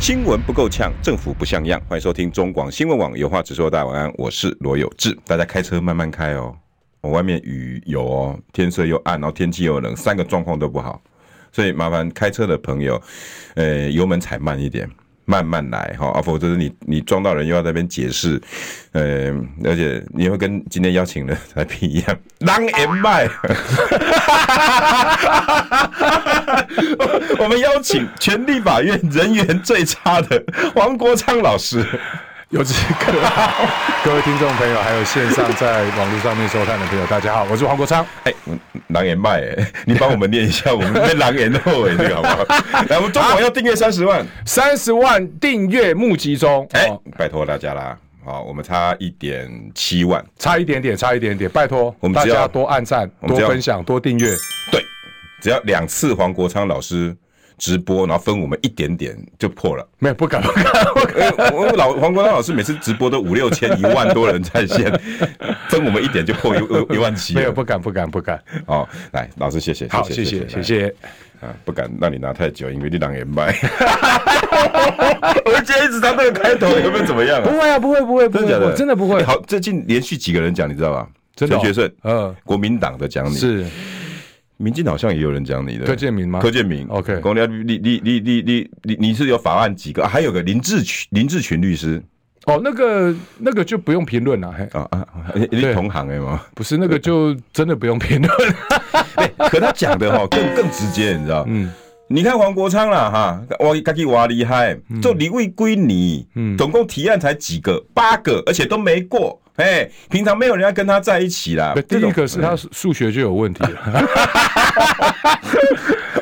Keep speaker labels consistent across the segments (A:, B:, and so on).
A: 新闻不够呛，政府不像样。欢迎收听中广新闻网，有话直说。大家晚安，我是罗有志。大家开车慢慢开哦。我外面雨有哦，天色又暗，然后天气又冷，三个状况都不好，所以麻烦开车的朋友，呃，油门踩慢一点，慢慢来哈、啊，否则你你撞到人又要在那边解释，呃，而且你会跟今天邀请的来宾一样，狼 言麦。我们邀请全立法院人缘最差的黄国昌老师。
B: 有志 哥，各位听众朋友，还有线上在网络上面收看的朋友，大家好，我是黄国昌。
A: 哎、嗯狼言麦，哎， 你帮我们念一下我们被狼言后尾这个好 不好？来，我们中国要订阅三十万，
B: 三十万订阅募集中，
A: 哎、
B: 哦，
A: 拜托大家啦，好，我们差一点七万，
B: 差一点点，差一点点，拜托
A: 我们
B: 大
A: 只要
B: 家多按赞、
A: 们
B: 多
A: 只要
B: 分享、多订阅，
A: 对，只要两次黄国昌老师直播，然后分我们一点点就破 了。
B: 没有不敢不敢，
A: 哎我我老黄国昌老师每次直播都五六千、一万多人在 线，分我们一点就破一一一万七了。
B: 没有不敢不敢不敢。
A: 好、来，老师谢谢，
B: 好，谢哎谢谢谢。
A: 啊，不敢让你拿太久，因为你狼也 卖。我就觉得一直当那个开头有没有怎么样、
B: 不
A: 啊？
B: 会啊，不会不会不
A: 真的
B: 会，
A: 假的？
B: 我真的不会
A: 哎。好，最近连续几个人讲，你知道吧？
B: 真的哦
A: 陈学顺，
B: 嗯
A: 国民党的讲你，
B: 是
A: 民进党好像也有人讲你的。
B: 柯建明吗
A: 柯建明
B: OK
A: 公你你你你你你你你是有法案几个？啊还有个林志群，林志群律师
B: 哦，那个那个就不用评论了，嘿，
A: 啊啊，你你
B: 对
A: 同行哎嘛。
B: 不是那个就真的不用评论。
A: 可他讲的哈 更更直接，你知道？嗯，你看黄国昌啦哈，我自己哇厉害，
B: 嗯
A: 做离位归你，总共提案才几个，八个，而且都没过。哎，平常没有人要跟他在一起啦。
B: 第
A: 这
B: 一个
A: 种
B: 是他数学就有问题了。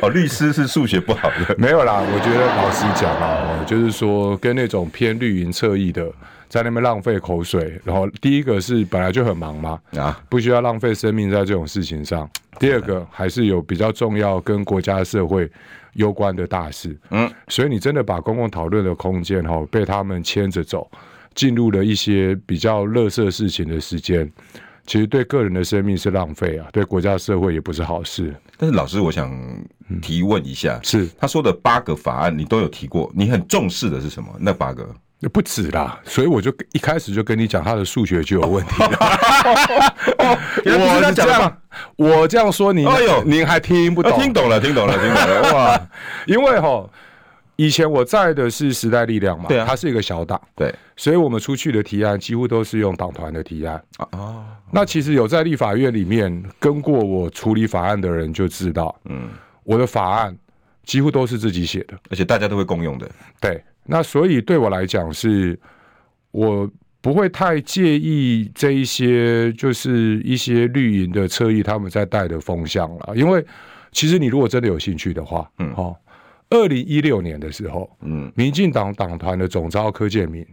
A: 哦，律师是数学不好的，
B: 没有啦，我觉得老实讲啊，哦就是说跟那种偏绿营侧翼的在那边浪费口水，然后第一个是本来就很忙嘛，
A: 啊
B: 啊，不需要浪费生命在这种事情上；第二个还是有比较重要跟国家社会攸关的大事，嗯，所以你真的把公共讨论的空间哈、哦、被他们牵着走，进入了一些比较乐色事情的时间。其实对个人的生命是浪费啊，对国家社会也不是好事。
A: 但是老师，我想提问一下，
B: 嗯是
A: 他说的八个法案，你都有提过，你很重视的是什么？那八个？
B: 那不止啦，所以我就一开始就跟你讲，他的数学就有问题了。
A: 原来不是他
B: 我
A: 讲
B: 这
A: 的
B: 样，我这样说您，
A: 哎呦
B: 您还听不
A: 啊
B: 懂？啊
A: 听懂了，听懂了，听懂了， 哇，
B: 因为哈，以前我在的是时代力量嘛，
A: 对啊
B: 它是一个小党，
A: 对
B: 所以我们出去的提案几乎都是用党团的提案。
A: 啊啊，
B: 那其实有在立法院里面跟过我处理法案的人就知道，嗯，我的法案几乎都是自己写的。
A: 而且大家都会共用的，
B: 对，那所以对我来讲是，我不会太介意这一些，就是一些绿营的侧翼他们在带的风向了，因为其实你如果真的有兴趣的话，嗯，好、哦，二零一六年的时候，
A: 嗯，
B: 民进党党团的总召柯建明，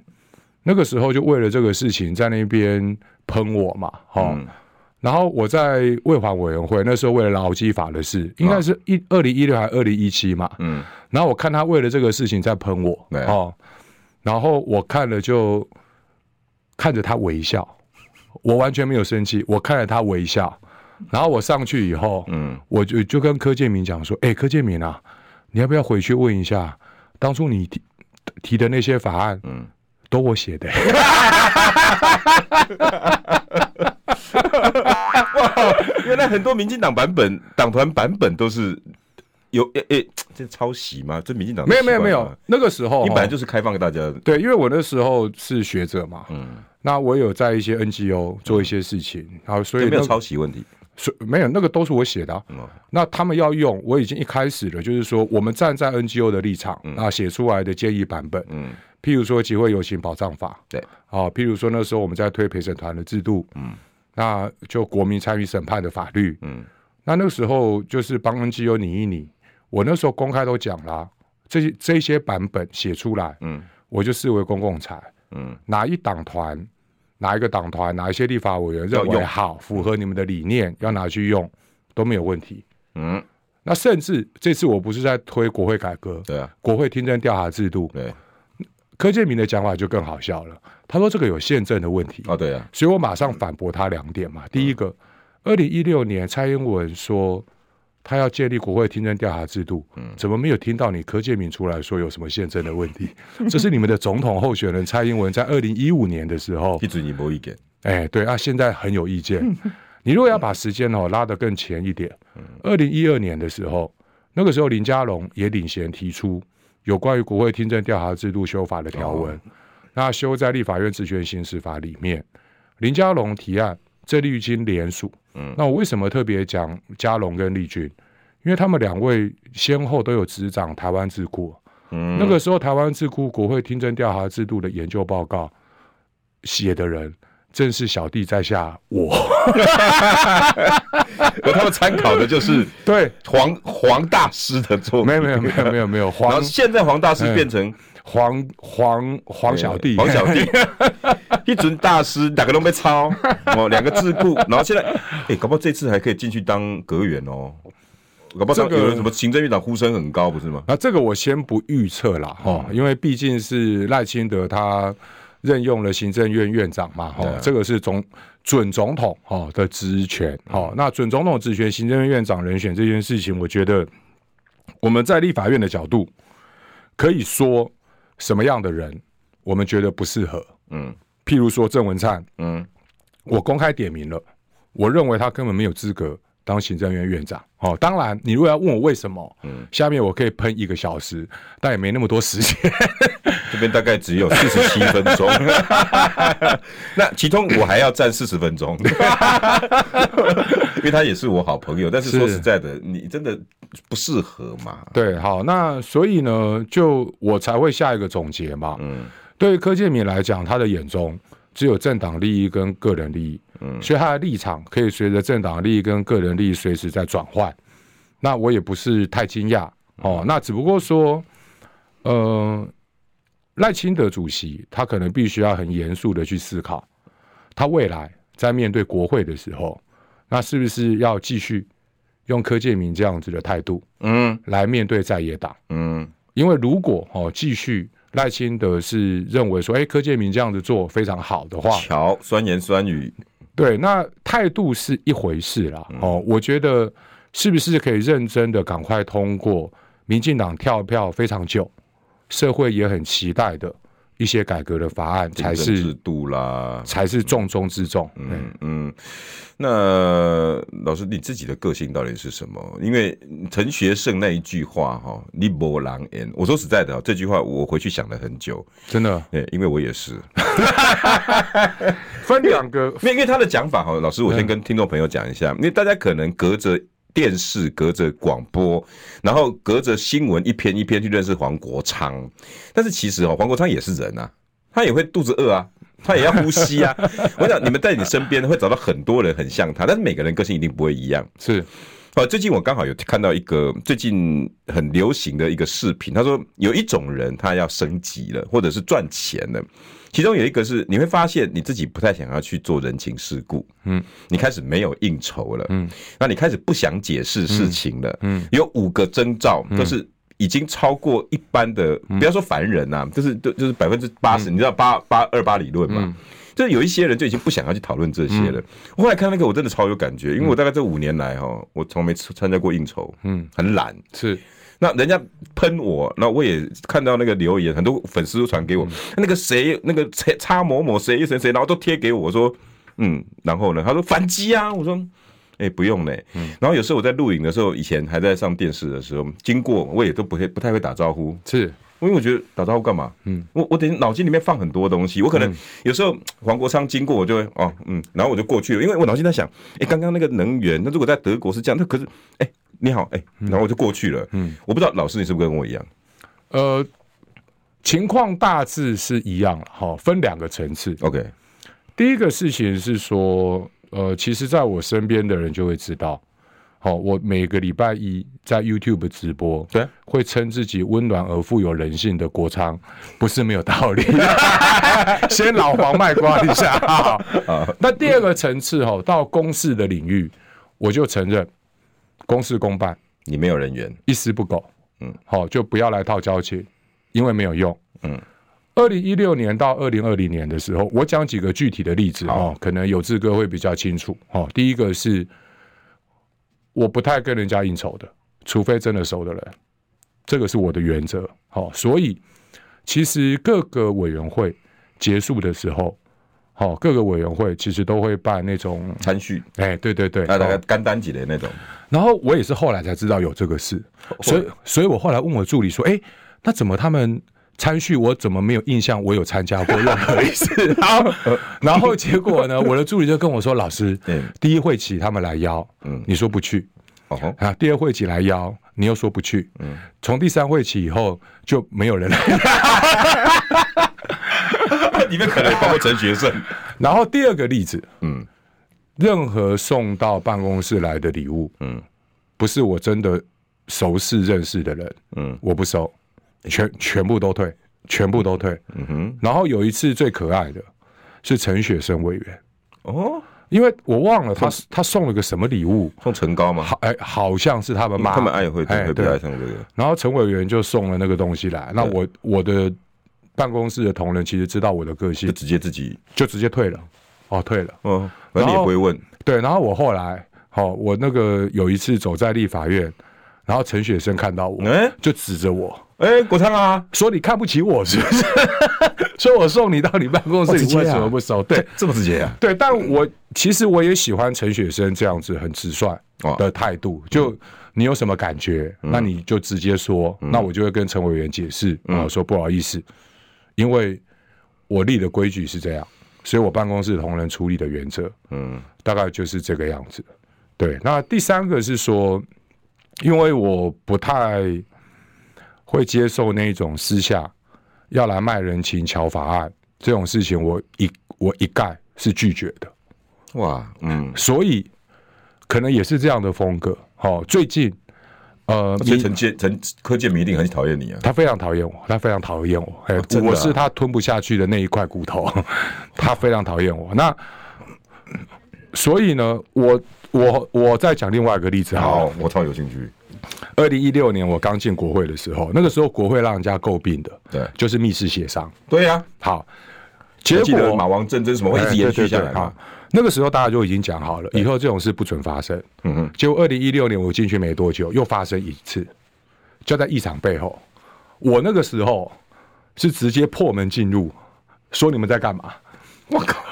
B: 那个时候就为了这个事情在那边喷我嘛，哦。
A: 嗯
B: 然后我在卫环委员会，那时候为了劳基法的事，应该是一二零一六还是二零一七嘛，
A: 嗯，
B: 然后我看他为了这个事情在喷我，
A: 对
B: 哦，然后我看了就看着他微笑，我完全没有生气，我看着他微笑，然后我上去以后，
A: 嗯，
B: 我就就跟柯建明讲说，哎、柯建明啊，你要不要回去问一下，当初你提提的那些法案，
A: 嗯
B: 嗯，都我 写的、
A: 哦原来很多民进党版本、党团版本都是有诶诶、这抄袭吗？这民进党的
B: 没有没有
A: 习惯
B: 没有
A: 吗，，
B: 那个时候
A: 你本来
B: 哦
A: 就是开放给大家的。
B: 对，因为我那时候是学者嘛，
A: 嗯，
B: 那我有在一些 NGO 做一些事情，然后所以
A: 就没有
B: 那个
A: 抄袭问题。
B: 所没有，那个都是我写的啊、
A: 嗯
B: 那他们要用，我已经一开始了，就是说我们站在 NGO 的立场，那写出来的建议版本，
A: 嗯，
B: 譬如说集会游行保障法，
A: 对，
B: 啊，譬如说那时候我们在推陪审团的制度，嗯，那就国民参与审判的法律，
A: 嗯，
B: 那那个时候就是帮 NGO 拟一拟，我那时候公开都讲啦，这些这些版本写出来，
A: 嗯，
B: 我就视为公共财，
A: 嗯，
B: 哪一党团。哪一个党团、哪一些立法委员认
A: 要
B: 为
A: 用
B: 好、符合你们的理念，要拿去用都没有问题。
A: 嗯，
B: 那甚至这次我不是在推国会改革、
A: 对啊，
B: 国会听证调查制度，
A: 对，
B: 柯建明的讲法就更好笑了。他说这个有宪政的问题，
A: 哦，对啊，
B: 所以我马上反驳他两点
A: 嗯
B: 嘛。第一个，二零一六年蔡英文说他要建立国会听证调查制度，
A: 嗯
B: 怎么没有听到你柯建明出来说有什么宪政的问题？这是你们的总统候选人蔡英文在二零一五年的时候
A: 一，直你没意见，
B: 哎，对啊，现在很有意见。你如果要把时间哦拉得更前一点，
A: 嗯
B: 二零一二年的时候，那个时候林佳龙也领衔提出有关于国会听证调查制度修法的条文，
A: 哦
B: 那修在立法院职权行使法里面，林佳龙提案，郑丽君联署。
A: 嗯
B: 那我为什么特别讲佳龙跟丽君？因为他们两位先后都有执掌台湾智库，
A: 嗯，
B: 那个时候台湾智库国会听证调查制度的研究报告写的人，正是小弟在下我。
A: 而他们参考的就是
B: 对，
A: 黄黄大师的作
B: 没有
A: 品，
B: 没有没有没有没有
A: 然后
B: 黄嗯
A: 现在黄大师变成
B: 黄黄黄小弟，
A: 黄小 弟，一尊大师，两个都没抄，哦，两个智库，然后现在，哎、搞不好这次还可以进去当阁员哦，搞不好
B: 这个
A: 有人什么行政院长呼声很高，不是吗？
B: 那这个我先不预测啦，
A: 哦
B: 哈、因为毕竟是赖清德他任用了行政院院长嘛，哈、
A: 对啊
B: 这个是总准总统哈、的职权，哈、
A: 嗯
B: 那准总统职权，行政院院长人选这件事情，我觉得我们在立法院的角度，可以说什么样的人我们觉得不适合，
A: 嗯
B: 譬如说郑文灿，
A: 嗯，
B: 我公开点名了，我认为他根本没有资格当行政院院长。哦，当然，你如果要问我为什么，嗯，下面我可以喷一个小时，但也没那么多时间。
A: 这边大概只 有四十七分钟， 那其中我还要站四十分 钟，因为他也是我好朋友，但是说
B: 是
A: 实在的，你真的不适合嘛，
B: 对，好，那所以呢，就我才会下一个总结嘛。
A: 嗯
B: 对于柯建铭来讲，他的眼中只有政党利益跟个人利益，
A: 嗯
B: 所以他的立场可以随着政党利益跟个人利益随时在转换。那我也不是太惊讶
A: 嗯
B: 哦，那只不过说，呃，赖清德主席他可能必须要很严肃的去思考，他未来在面对国会的时候，那是不是要继续用柯建铭这样子的态度
A: 嗯
B: 来面对在野党？
A: 嗯，
B: 因为如果哦继续赖清德是认为说，哎，柯建明这样子做非常好的话，
A: 瞧，酸言酸语，
B: 对，那态度是一回事啦。哦，我觉得是不是可以认真的赶快通过民进党跳票非常久，社会也很期待的一些改革的法案，才
A: 竞争制
B: 是
A: 度啦，
B: 才是重中之重。嗯，
A: 嗯嗯，那老师你自己的个性到底是什么？因为陈学圣那一句话哈，你波狼言。我说实在的哦，这句话我回去想了很久，
B: 真的
A: 对，因为我也是，
B: 分两个，
A: 因为因为他的讲法哈，老师我先跟听众朋友讲一下，因为大家可能隔着。电视隔着广播，然后隔着新闻一篇一篇去认识黄国昌，但是其实哦，黄国昌也是人啊，他也会肚子饿啊，他也要呼吸啊。 我想你们在你身边会找到很多人很像他，但是每个人个性一定不会一样。
B: 是
A: 啊，最近我刚好有看到一个最近很流行的一个视频，他说有一种人他要升级了，或者是赚钱了，其中有一个是你会发现你自己不太想要去做人情世故，嗯，你开始没有应酬了，嗯，那你开始不想解释事情了，嗯，有五个征兆都是。已经超过一般的，不要说凡人呐、啊，就是就就是百分之八十，你知道八八二八理论嘛，就是有一些人就已经不想要去讨论这些了。我后来看那个，我真的超有感觉，因为我大概这五年来哈，我从没参加过应酬，嗯，很懒。
B: 是，
A: 那人家喷我，那我也看到那个留言，很多粉丝都传给我，那个谁，那个叉叉某某谁谁谁，然后都贴给我，我说，嗯，然后呢，他说反击啊，我说。哎、不用嘞、然后有时候我在录影的时候，以前还在上电视的时候，经过我也都不会不太会打招呼，
B: 是
A: 因为我觉得打招呼干嘛？嗯，我我等于脑筋里面放很多东西，我可能有时候黄国昌经过，我就会哦嗯，然后我就过去了，因为我脑筋在想，哎，刚刚那个能源，那如果在德国是这样，那可是哎你好哎，然后我就过去了。嗯，我不知道老师你是不是跟我一样
B: 呃。情况大致是一样了，好，分两个层次。
A: ？OK，
B: 第一个事情是说，呃，其实在我身边的人就会知道，好、我每个礼拜一在 YouTube 直播，
A: 对，
B: 会称自己温暖而富有人性的国昌，不是没有道理。先老黄卖瓜一下啊。那第二个层次哦，到公事的领域，我就承认公事公办，
A: 你没有人员，
B: 一丝不苟。
A: 嗯
B: 嗯，好、就不要来套交情，因为没有用。
A: 嗯
B: 嗯。二零一六年到二零二零年的时候，我讲几个具体的例子
A: 好
B: 哦，可能有志哥会比较清楚哦。第一个是我不太跟人家应酬的，除非真的熟的人，这个是我的原则。好、所以其实各个委员会结束的时候，好、各个委员会其实都会办那种，
A: 参序，
B: 哎，对对对，
A: 那大
B: 哦
A: 概干单几的那种，
B: 然后我也是后来才知道有这个事，所
A: 哦
B: 以所以我后来问我助理说：“哎，那怎么他们参叙我怎么没有印象我有参加过任何 一 次？”然后然后结果呢，我的助理就跟我说：“老师
A: 嗯，
B: 第一会期他们来邀，
A: 嗯
B: 你说不去
A: 哦吼，
B: 啊；第二会期来邀，你又说不去，
A: 嗯
B: 从第三会期以后就没有人来。
A: 啊里面可能包括陈学圣，
B: 然后第二个例子，
A: 嗯
B: 任何送到办公室来的礼物，
A: 嗯
B: 不是我真的熟识认识的人，
A: 嗯
B: 我不收，全全部都退，全部都退。
A: 嗯哼，
B: 然后有一次最可爱的是陈雪生委员，
A: 哦，
B: 因为我忘了他他送了个什么礼物，
A: 送唇膏吗？
B: 好哎，好像是他们妈，
A: 他们爱会
B: 哎
A: 会不
B: 对
A: 爱上这个？
B: 然后陈委员就送了那个东西来，那我我的办公室的同仁其实知道我的个
A: 就
B: 性，
A: 直接自己，
B: 就直接退了，哦，退了。
A: 哦，反正你也不会问，
B: 对，然后我后来，好、我那个有一次走在立法院，然后陈雪生看到我，
A: 哎
B: 就指着我
A: 哎，国昌啊，
B: 说：“你看不起我是不是？ 说我送你到你办公室，
A: 哦直
B: 你
A: 接啊
B: 为什么不收？”对
A: 这么直接啊？
B: 对，但我其实我也喜欢陈雪生这样子很直率
A: 哦
B: 的态度，就。你有什么感觉？那你就直接说，那我就会跟陈委员解释，啊、说不好意思，因为我立的规矩是这样，所以我办公室同仁处理的原则，
A: 嗯
B: 大概就是这个样子。对，那第三个是说，因为我不太会接受那种私下要来卖人情、瞧法案这种事情，我一我一概是拒绝的。
A: 哇，嗯，
B: 所以可能也是这样的风格。好、最近呃，
A: 所以
B: 民
A: 陈建陈柯建明一定很讨厌你啊，
B: 他非常讨厌我，他非常讨厌我，哎、
A: 真的啊
B: 我是他吞不下去的那一块骨头， 他非常讨厌我。那所以呢，我我我再讲另外一个例子好
A: 好
B: 了。，
A: 我超有兴趣，
B: 二零一六年我刚进国会的时候，那个时候国会让人家诟病的，
A: 对
B: 就是密室协商。
A: 对啊呀，
B: 好，
A: 我
B: 结
A: 记得马
B: 果
A: 王战争什么会一直
B: 哎
A: 延续
B: 对对
A: 下
B: 对
A: 来
B: 好
A: 嘛？
B: 那个时候大家就已经讲好了，以后这种事不准发生。
A: 嗯哼，
B: 结果二零一六年我进去没多久，又发生一次，就在议场背后。我那个时候是直接破门进入，说你们在干嘛？
A: 我靠，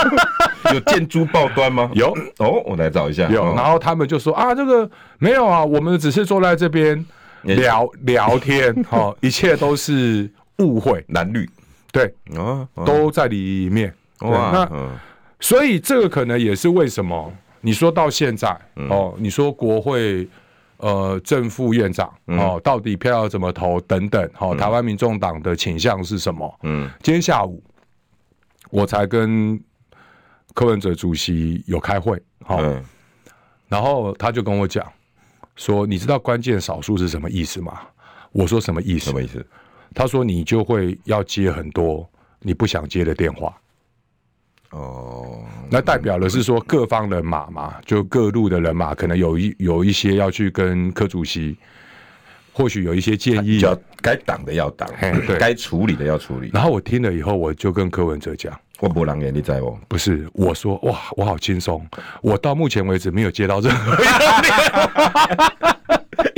A: 有建筑报端吗？
B: 有
A: 哦，我来找一下，
B: 有，
A: 哦
B: 嗯然后他们就说啊，这个没有啊，我们只是坐在这边
A: 也
B: 聊聊天， 哦，一切都是误会，
A: 蓝绿
B: 对，
A: 哦，哦
B: 都在里面。对那
A: 哇，嗯
B: 所以这个可能也是为什么你说到现在、
A: 嗯
B: 哦，你说国会呃正副院长、
A: 嗯
B: 哦，到底票要怎么投等等，哦，台湾民众党的倾向是什么？
A: 嗯
B: 今天下午我才跟柯文哲主席有开会，好、
A: 嗯，
B: 然后他就跟我讲说，你知道关键少数是什么意思吗？我说什么意
A: 什
B: 思？
A: 么意思？
B: 他说你就会要接很多你不想接的电话。
A: 哦，
B: 那代表的是说各方人马嘛，就各路的人马，可能有一有一些要去跟柯主席，或许有一些建议。
A: 要该挡的要挡
B: 嘿，对
A: 该处理的要处理。
B: 然后我听了以后，我就跟柯文哲讲，
A: 我不狼眼，你在不？
B: 不是我说哇，我好轻松，我到目前为止没有接到任何。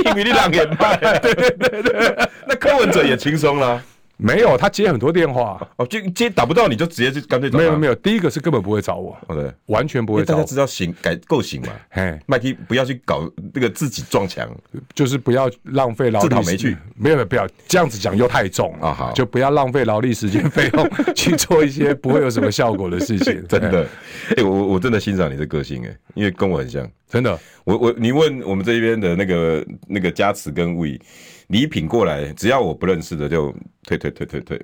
A: 因为你狼眼派， 对对对对。那柯文哲也轻松啦，
B: 没有，他接很多电 话，
A: 哦，就接打不到你就直接就干脆
B: 没有没
A: 有，
B: 有。第一个是根本不会找我，
A: 好的，
B: 完全不
A: 因为啊哎大
B: 会找
A: 家
B: 我
A: 知，道醒改够醒 嘛。
B: 嘿，
A: 麦克不要去搞那个自己撞 墙，
B: 就是不要浪费劳
A: 自讨
B: 力
A: 没
B: 时
A: 趣
B: 间，没有不要这样子讲又太重了
A: 啊好
B: 就不要浪费劳力时间费 用去做一些不会有什么效果的事情，
A: 真
B: 嘿
A: 的。哎，我我真的欣赏你的个性哎，因为跟我很像。
B: 真的。
A: 我我你问我们这边的那个那个加持跟魏礼品过来，只要我不认识的就退退退退退，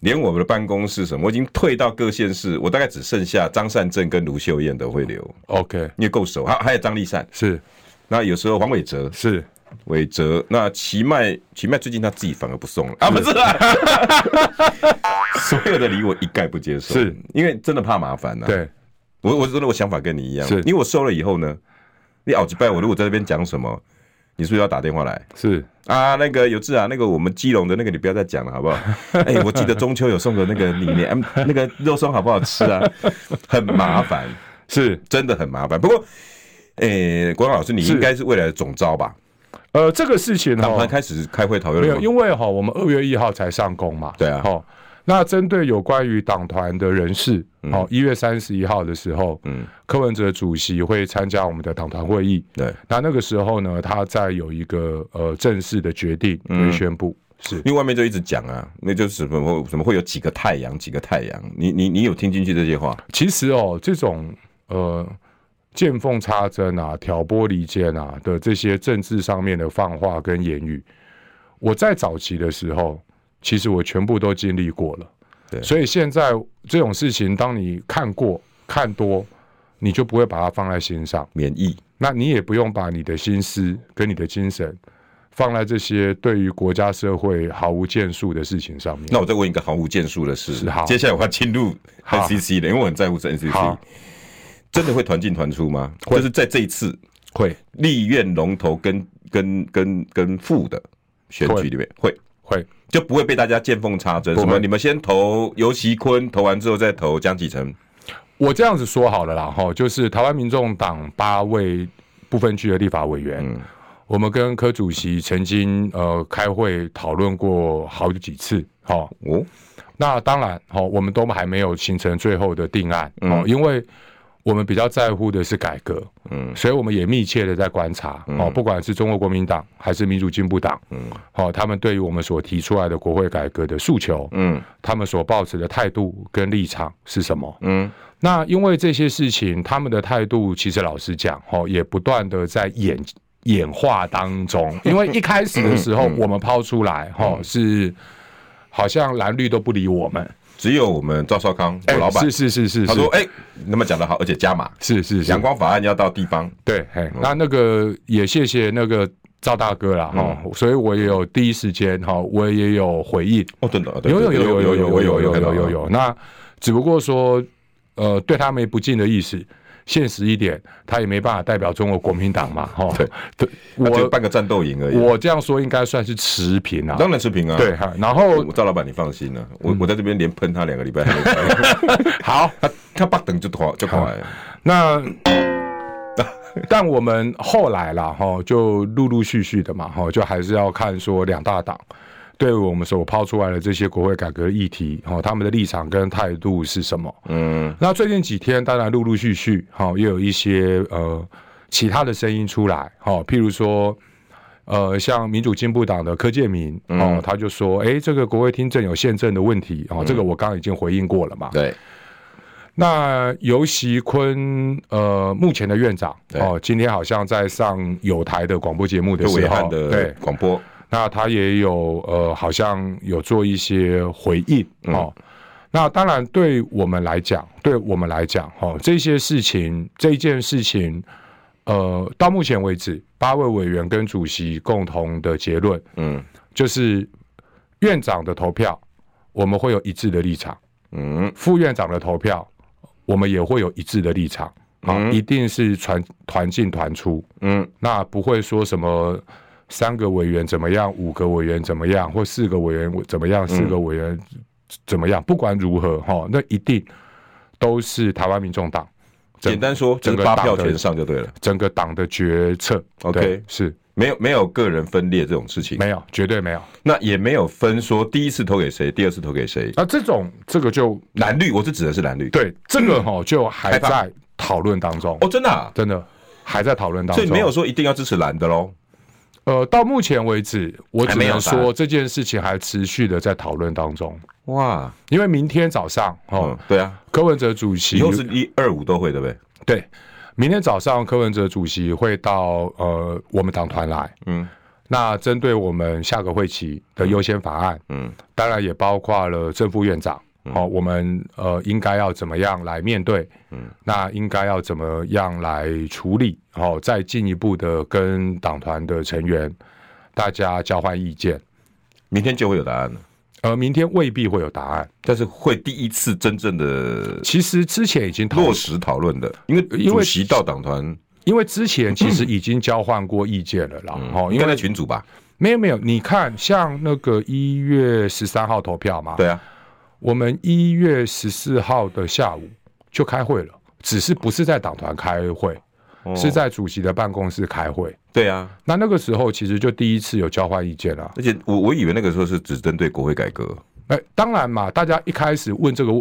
A: 连我们的办公室什么，我已经退到各县市，我大概只剩下张善政跟卢秀燕的会留，
B: OK，
A: 因为够熟，还还有张立善，
B: 是
A: 那有时候黄伟哲，
B: 是
A: 伟哲，那奇迈，奇迈最近他自己反而不送了啊，不是啦， 所有的礼我一概不接受，
B: 是
A: 因为真的怕麻烦呐、啊。
B: 对，
A: 我我真的我想法跟你一样，
B: 是
A: 因为我收了以后呢，你熬几拜，我如果在那边讲什么，你是不是要打电话来
B: 是
A: 啊？那个有志啊，那个我们基隆的那个你不要再讲了，好不 好？哎、我记得中秋有送的那个你你嗯那个肉松好不好吃 啊？很麻烦，
B: 是，
A: 真的很麻烦。不过，哎、国光老师，你
B: 是
A: 应该是未来的总招吧？
B: 呃，这个事情
A: 他们
B: 哈，
A: 开始开会讨论
B: 没
A: 了
B: 有，
A: 吗，
B: 因为哈，我们二月一号才上工嘛，
A: 对啊
B: 好，那针对有关于党团的人事，好，一月三十一号的时候，
A: 嗯，
B: 柯文哲主席会参加我们的党团会议，
A: 对，
B: 那那个时候呢，他再有一个呃正式的决定
A: 嗯
B: 跟宣布，是
A: 因为外面就一直讲啊，那就是什么什么会有几个太阳，几个太阳，你你你有听进去这些话？
B: 其实哦，这种呃见缝插针啊、挑拨离间啊的这些政治上面的放话跟言语，我在早期的时候，其实我全部都经历过了。
A: 对
B: 所以现在这种事情，当你看过、看多，你就不会把它放在心上。
A: 免疫，
B: 那你也不用把你的心思跟你的精神放在这些对于国家社会毫无建树的事情上面。
A: 那我再问一个毫无建树的事
B: 是好，
A: 接下来我要进入
B: 好
A: NCC 了，因为我很在乎这 NCC
B: 好。
A: 真的会团进团出吗？就是在这一次
B: 会
A: 立院龙头跟跟跟跟副的选举里面会。
B: 会
A: 就不会被大家见缝插针，
B: 不
A: 什
B: 会
A: 么你们先投尤其坤，投完之后再投江启臣，
B: 我这样子说好了啦，哈，就是台湾民众党八位不分区的立法委员，我们跟柯主席曾经呃开会讨论过好几次，哈、
A: 哦，
B: 那当然，好、我们都还没有形成最后的定案，哦，因为我们比较在乎的是改革，
A: 嗯
B: 嗯，所以我们也密切的在观察，哦，不管是中国国民党还是民主进步党，嗯，好、他们对于我们所提出来的国会改革的诉求，
A: 嗯
B: 他们所抱持的态度跟立场是什么？
A: 嗯，
B: 那因为这些事情，他们的态度其实老实讲，哦，也不断的在演演化 当中。因为一开始的时
A: 嗯
B: 候，我们抛出来，哦，是好像蓝绿都不理我们。
A: 只有我们赵少康，我
B: 哎
A: 老板，
B: 是是是是，
A: 他
B: 是
A: 说，哎、那么讲得好，而且加码，
B: 是是
A: 阳
B: 是，
A: 光嗯法案要到地方，
B: 对，嘿，那那个也谢谢那个赵大哥啦，哈，
A: 嗯
B: 所以我也有第一时间，哈，我也有回应，
A: 哦，真的，哦对
B: 有有
A: 对
B: 有有有有
A: 我
B: 有有
A: 看到
B: 有有有，那只不过说，呃，对他们不敬的意思。现实一点，他也没办法代表中国国民党嘛，哈。对，啊
A: 他就
B: 我
A: 办个战斗营而已，
B: 我这样说应该算是持平啊。
A: 当然持平啊，
B: 对，嗯哈然后
A: 我赵老板你放心了、啊我我在这边连喷他两个 礼拜还没开，
B: 好，
A: 他他不等就垮就垮了，
B: 那但我们后来啦，哈，就陆陆续续的嘛，哈，就还是要看说两大党对我们所抛出来的这些国会改革议题，哈，他们的立场跟态度是什么？
A: 嗯
B: 那最近几天，当然陆陆续续，好、也有一些呃其他的声音出来，好、譬如说，呃，像民主进步党的柯建明，
A: 嗯
B: 哦，他就说，哎、这个国会听证有宪政的问题，哦，这个我刚刚已经回应过了嘛。
A: 对，
B: 那尤习坤，呃，目前的院长，
A: 对
B: 哦，今天好像在上有台的广播节目的
A: 就
B: 时
A: 伟
B: 候
A: 汉，的
B: 对，
A: 广播，
B: 那他也有呃，好像有做一些回应哦。那当然，对我们来讲，对我们来讲，哦，这些事情，这一件事情，呃，到目前为止，八位委员跟主席共同的结论
A: 嗯
B: 就是，院长的投票我们会有一致的立场，
A: 嗯
B: 副院长的投票我们也会有一致的立场，啊、一定是团团进团出。
A: 嗯，
B: 那不会说什么三个委员怎么样，五个委员怎么样，或四个委员怎么样，四
A: 嗯
B: 个委员怎么样，不管如何哈，那一定都是台湾民众党整
A: 简单说就
B: 整
A: 是
B: 个
A: 八
B: 大
A: 票
B: 的
A: 全上就对了，
B: 整个党的决策。
A: OK
B: 对是
A: 没有没有个人分裂这种事情，
B: 没有，绝对没有。
A: 那也没有分说第一次投给谁，第二次投给谁，
B: 那这种这个就
A: 蓝绿，我是指的是蓝绿，，
B: 对这个哈就还
A: 开放
B: 在讨论当中，
A: 哦，真的、啊，
B: 真的还在讨论当
A: 所以
B: 中。
A: 没有说一定要支持蓝的喽，
B: 呃，到目前为止，我
A: 还
B: 只
A: 没有
B: 能
A: 答
B: 说这件事情还持续的在讨论当中，
A: 哇，
B: 因为明天早上哦。
A: 嗯，对啊，
B: 柯文哲主席
A: 以后是一二五都会对不对？
B: 对，明天早上柯文哲主席会到呃我们党团来，
A: 嗯
B: 那针对我们下个会期的优先法案，
A: 嗯
B: 当然也包括了正副院长，好、我们呃应该要怎么样来面对？嗯，那应该要怎么样来处理？好、再进一步的跟党团的成员大家交换意见。
A: 明天就会有答案了。
B: 呃，明天未必会有答案。
A: 但是会第一次真正的
B: 其实之前已经讨
A: 落实讨论的，因为
B: 因
A: 主
B: 为
A: 席到党团
B: 因为之前其实已经交换过意见了啦。哦、
A: 应
B: 因
A: 该
B: 为
A: 在群组吧？
B: 没有没有，你看像那个一月十三号投票嘛，
A: 对啊，
B: 我们一月十四号的下午就开会了，只是不是在党团开会，
A: 哦
B: 是在主席的办公室开会。
A: 对啊，
B: 那那个时候其实就第一次有交换意见了。
A: 而且我我以为那个时候是只针对国会改革，
B: 哎，当然嘛，大家一开始问这个，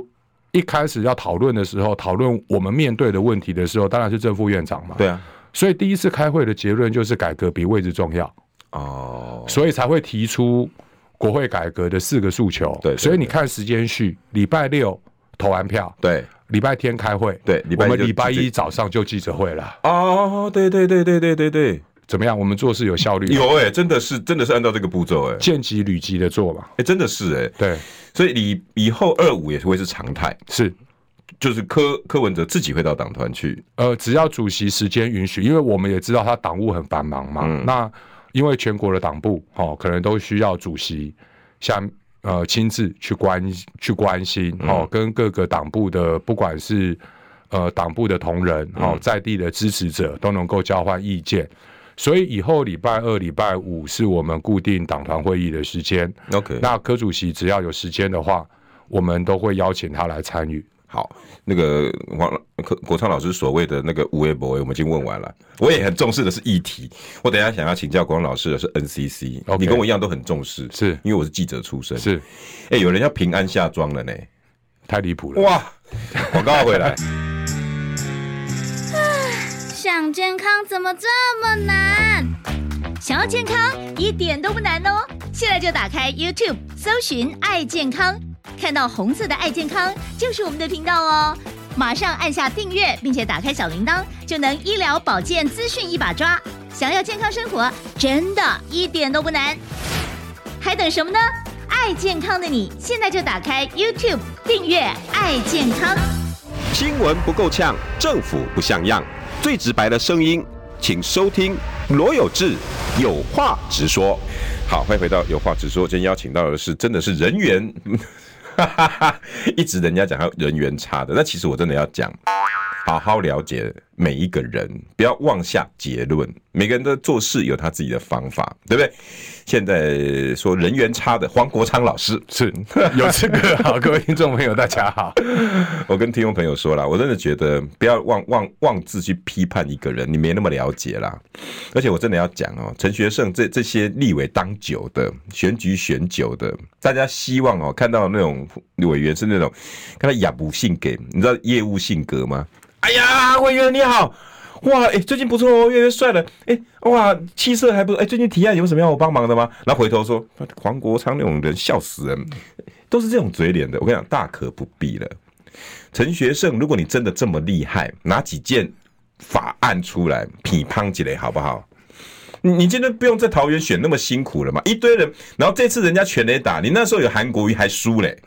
B: 一开始要讨论的时候，讨论我们面对的问题的时候，当然是正副院长嘛。
A: 对啊，
B: 所以第一次开会的结论就是改革比位置重要，
A: 哦，
B: 所以才会提出国会改革的四个诉求。
A: 对对
B: 所以你看时间序，礼拜六投完票，
A: 对，
B: 礼拜天开会，
A: 对礼拜一
B: 我们
A: 就
B: 礼拜
A: 就
B: 一早上就记者会了，
A: 哦，对对对对对对对，
B: 怎么样？我们做事有效率，
A: 有哎、真的是真的是按照这个步骤哎、欸，
B: 见机履机的做嘛？
A: 哎、真的是哎、
B: 对，
A: 所以你以后二五也会是常态，
B: 是。
A: 就是柯柯文哲自己会到党团去，
B: 呃，只要主席时间允许，因为我们也知道他党务很繁忙嘛。那因为全国的党部哦，可能都需要主席下呃亲自去关去关心哦，跟各个党部的不管是呃党部的同仁哦，在地的支持者都能够交换意见。所以以后礼拜二、礼拜五是我们固定党团会议的时间。
A: OK
B: 那柯主席只要有时间的话，我们都会邀请他来参与。
A: 好，那个王国国昌老师所谓的那个无为博为，我们已经问完了。我也很重视的是议题，我等一下想要请教国昌老师的是 NCC，、
B: OK
A: 你跟我一样都很重视，
B: 是
A: 因为我是记者出身。
B: 是
A: 哎、有人要平安下庄了呢，
B: 太离谱了。
A: 哇！广告回来，
C: 想健康怎么这么难？
D: 想要健康一点都不难哦！现在就打开 YouTube 搜寻“爱健康”，看到红色的“爱健康”就是我们的频道哦。马上按下订阅，并且打开小铃铛，就能医疗保健资讯一把抓。想要健康生活，真的一点都不难，还等什么呢？爱健康的你，现在就打开 YouTube 订阅“爱健康”。
E: 新闻不够呛，政府不像样，最直白的声音，请收听罗有志有话直说。
A: 好，欢迎回到有话直说。今天邀请到的是真的是人缘， 一直人家讲他人缘差的，那其实我真的要讲，好好了解每一个人，不要妄下结论。每个人的做事有他自己的方法，对不对？现在说人缘差的黄国昌老师，
B: 是 有这个好，各位听众朋友，大家好。
A: 我跟听众朋友说啦，我真的觉得不要妄妄妄自去批判一个人，你没那么了解啦。而且我真的要讲哦，陈学圣这这些立委当久的，选举选久的，大家希望哦看到那种委员是那种看到雅不性格，你知道业务性格吗？哎呀，委员你好。哇，哎、最近不错哦，越来越帅了。哎、哇，气色还不错。哎、最近提案有什么要我帮忙的吗？然后回头说，黄国昌那种人，笑死人，都是这种嘴脸的。我跟你讲，大可不必了。陈学圣，如果你真的这么厉害，拿几件法案出来批判几类好不好？你你今天不用在桃园选那么辛苦了嘛，一堆人，然后这次人家全垒打，你那时候有韩国瑜还输嘞，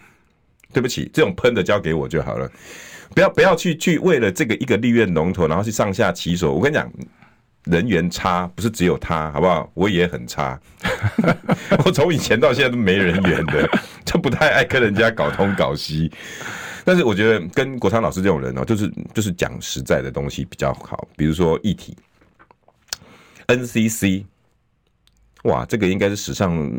A: 对不起，这种喷的交给我就好了，不要不要去去为了这个一个立院龙头，然后去上下其手。我跟你讲，人缘差不是只有他，好不好？我也很差， 我从以前到现在都没人缘的， 就不太爱跟人家搞东搞西。但是我觉得跟国昌老师这种人哦，就是就是讲实在的东西比较好，比如说议题，NCC，哇，这个应该是史上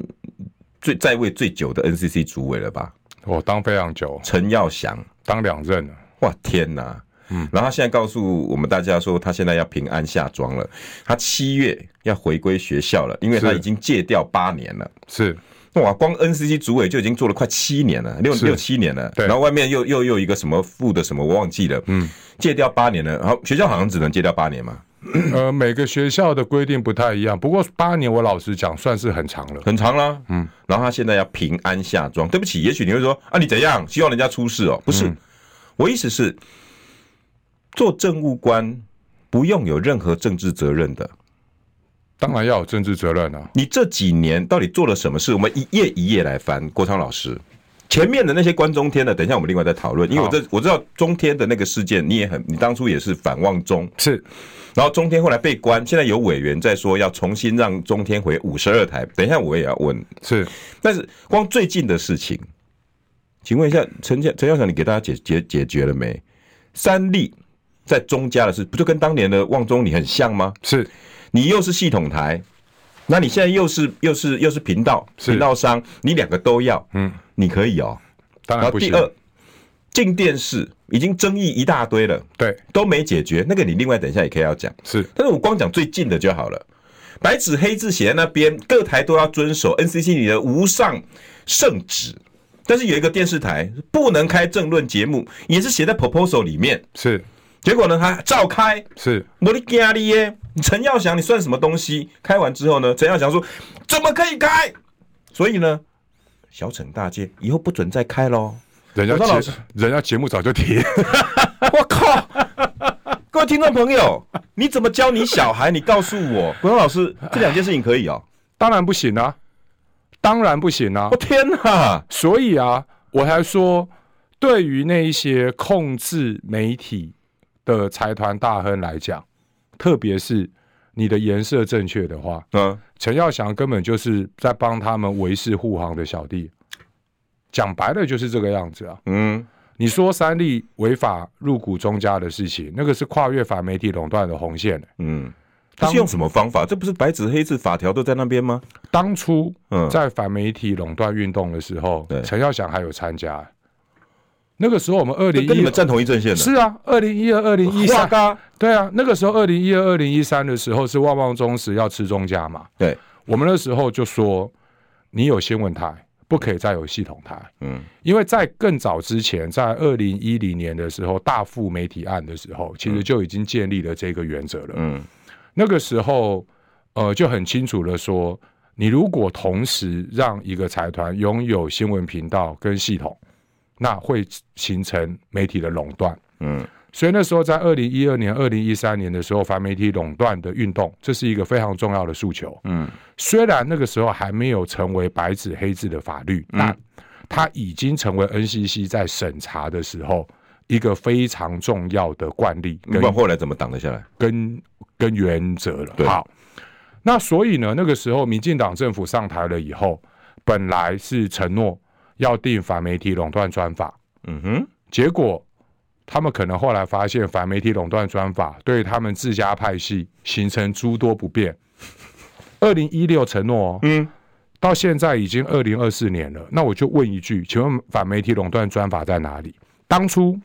A: 最在位最久的 NCC 主委了吧？
B: 我当非常久，
A: 陈耀祥，
B: 当两任了。
A: 哇，天哪！嗯，然后他现在告诉我们大家说，他现在要平安下庄了，他七月要回归学校了，因为他
B: 是
A: 已经戒掉八年了。
B: 是
A: 哇，光 NCC 主委就已经做了快七年了，六
B: 是
A: 六七年了。
B: 对
A: 然后外面又又又一个什么副的什么，我忘记了。嗯，戒掉八年了，然后学校好像只能戒掉八年嘛，
B: 呃，每个学校的规定不太一样，不过八年我老实讲算是很长了。
A: 很长啦。嗯，然后他现在要平安下庄。对不起，也许你会说啊，你怎样希望人家出事哦？不是，我意思是，做政务官不用有任何政治责任的。
B: 当然要有政治责任啊，
A: 你这几年到底做了什么事？我们一页一页来翻。郭昌老师，前面的那些关中天的，等一下我们另外再讨论，因为我
B: 好
A: 这我知道中天的那个事件，你也很，你当初也是反望中，
B: 是
A: 然后中天后来被关，现在有委员在说要重新让中天回五十二台，等一下我也要问，
B: 是，
A: 但是光最近的事情，请问一下陈家陈校长，你给大家解解解决了没？三立在中家的事，不就跟当年的旺中你很像吗？
B: 是
A: 你又是系统台，那你现在又是又是又是频道
B: 是
A: 频道商，你两个都要，
B: 嗯，
A: 你可以哦。
B: 当
A: 然后
B: 然不
A: 第
B: 行。
A: 二，进电视已经争议一大堆了，
B: 对，
A: 都没解决，那个你另外等一下也可以要讲。
B: 是
A: 但是我光讲最近的就好了。白纸黑字写在那边，各台都要遵守 NCC 里的无上圣旨。但是有一个电视台不能开政论节目，也是写在 proposal 里面。
B: 是
A: 结果呢，他照开，
B: 是
A: 我的家里耶！陈耀祥，你算什么东西？开完之后呢，陈耀祥说怎么可以开？所以呢，小惩大街以后不准再开喽。
B: 人
A: 我说
B: 家
A: 老师
B: 节人家节目早就停，
A: 我靠！各位听众朋友，你怎么教你小孩？你告诉我，国荣老师，这两件事情可以 哦。
B: 当然不行啊，当然不行啊
A: 我、。天哪！
B: 所以啊，我才说，对于那一些控制媒体的财团大亨来讲，特别是你的颜色正确的话，
A: 嗯，
B: 陈耀祥根本就是在帮他们维持护航的小弟。讲白了就是这个样子啊。
A: 嗯，
B: 你说三立违法入股中家的事情，那个是跨越反媒体垄断的红线、
A: 嗯，这
B: 当
A: 是用什么方法？这不是白纸黑字法条都在那边吗？
B: 当初
A: 嗯
B: 在反媒体垄断运动的时候
A: 对，
B: 陈耀祥还有参加。那个时候我们二零
A: 跟你
B: 一
A: 们站同一阵线的。
B: 是啊，二零一二、二零一
A: 哇
B: 三，
A: 嘎，
B: 对啊，那个时候二零一二、二零一三的时候是旺旺中时要吃中家嘛，
A: 对，
B: 我们那时候就说，你有新闻台，不可以再有系统台，
A: 嗯
B: 因为在更早之前，在二零一零年的时候，大富媒体案的时候，其实就已经建立了这个原则了。
A: 嗯
B: 那个时候，呃，就很清楚的说，你如果同时让一个财团拥有新闻频道跟系统，那会形成媒体的垄断。
A: 嗯
B: 所以那时候在二零一二年、二零一三年的时候，反媒体垄断的运动，这是一个非常重要的诉求。
A: 嗯
B: 虽然那个时候还没有成为白纸黑字的法律，
A: 嗯
B: 但它已经成为 NCC 在审查的时候一个非常重要的惯例
A: 嗯你不
B: 跟
A: 管后来怎么挡得下来？
B: 跟跟原则了。
A: 对
B: 好，那所以呢，那个时候民进党政府上台了以后，本来是承诺要定反媒体垄断专法，
A: 嗯哼，
B: 结果他们可能后来发现反媒体垄断专法对他们自家派系形成诸多不便。二零一六承诺、哦，
A: 嗯，
B: 到现在已经二零二四年了，那我就问一句，请问反媒体垄断专法在哪里？当初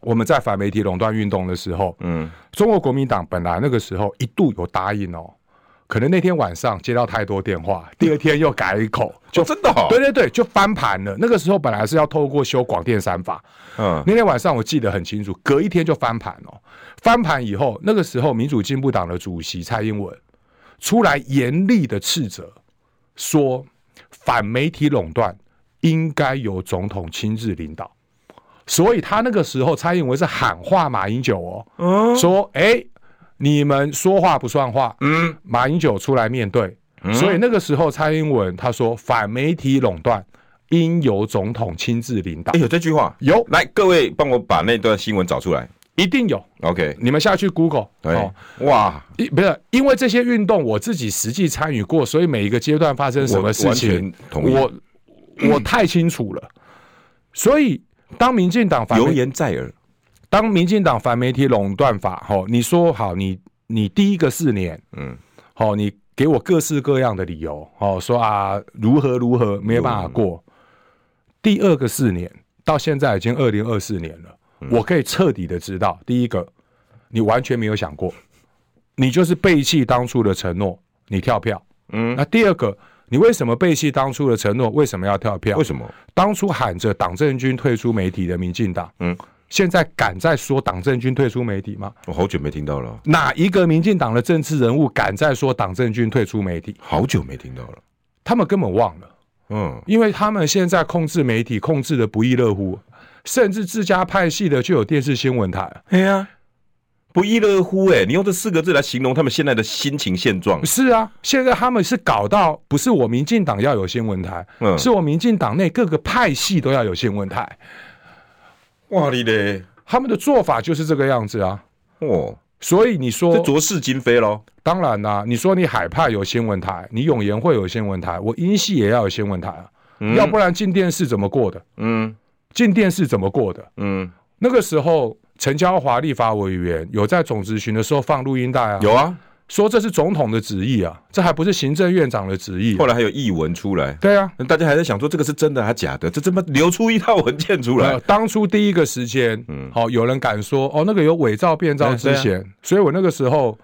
B: 我们在反媒体垄断运动的时候，
A: 嗯
B: 中国国民党本来那个时候一度有答应哦，可能那天晚上接到太多电话，第二天又改口，
A: 嗯
B: 就、
A: 哦真的哦
B: 对对对，就翻盘了。那个时候本来是要透过修广电三法，
A: 嗯
B: 那天晚上我记得很清楚，隔一天就翻盘哦。翻盘以后，那个时候民主进步党的主席蔡英文出来严厉的斥责，说反媒体垄断应该由总统亲自领导。所以他那个时候，蔡英文是喊话马英九哦，说：“哎、你们说话不算话。”嗯，马英九出来面对，所以那个时候蔡英文他说反媒体垄断应由总统亲自领导
A: 哎，。有这句话，
B: 有
A: 来，各位帮我把那段新闻找出来。
B: 一定有。
A: OK，
B: 你们下去 Google
A: 对
B: 哦，，
A: 哇，
B: 一不是因为这些运动我自己实际参与过，所以每一个阶段发生什么事
A: 我完
B: 情
A: 全，同意
B: 我我太清楚了。所以当民进党反
A: 油
B: 媒
A: 盐在耳。
B: 当民进党反媒体垄断法，哦，你说好，你你第一个四年，
A: 嗯，
B: 哦，你给我各式各样的理由，哦，说啊如何如何没有办法过。第二个四年到现在已经二零二四年了，
A: 嗯
B: 我可以彻底的知道，第一个你完全没有想过，你就是背弃当初的承诺，你跳票。
A: 嗯，
B: 那第二个，你为什么背弃当初的承诺？为什么要跳票？
A: 为什么？
B: 当初喊着党政军退出媒体的民进党，
A: 嗯，
B: 现在敢再说党政军退出媒体吗？
A: 我好久没听到了，
B: 哪一个民进党的政治人物敢再说党政军退出媒体？
A: 好久没听到了。
B: 他们根本忘了，
A: 嗯，
B: 因为他们现在控制媒体控制的不亦乐乎，甚至自家派系的就有电视新闻台。
A: 哎呀，不亦乐乎哎、你用这四个字来形容他们现在的心情现状，
B: 是啊，现在他们是搞到不是我民进党要有新闻台，
A: 嗯
B: 是我民进党内各个派系都要有新闻台，
A: 哇你嘞，
B: 他们的做法就是这个样子啊。
A: 哦，
B: 所以你
A: 这
B: 说，
A: 浊世今非喽，
B: 当然啦、你说你海派有新闻台，你永延会有新闻台，我英系也要有新闻台啊，要不然进电视怎么过的？
A: 嗯
B: 进电视怎么过的？
A: 嗯，
B: 那个时候，陈椒华立法委员有在总咨询的时候放录音带啊，
A: 有啊，
B: 说这是总统的旨意啊，这还不是行政院长的旨意、啊
A: 后来还有译文出来，
B: 对啊，
A: 大家还在想说这个是真的还是假的，这怎么流出一套文件出
B: 呃
A: 来？，
B: 当初第一个时间，
A: 嗯
B: 好、有人敢说哦，那个有伪造、变造之嫌，所以我那个时候，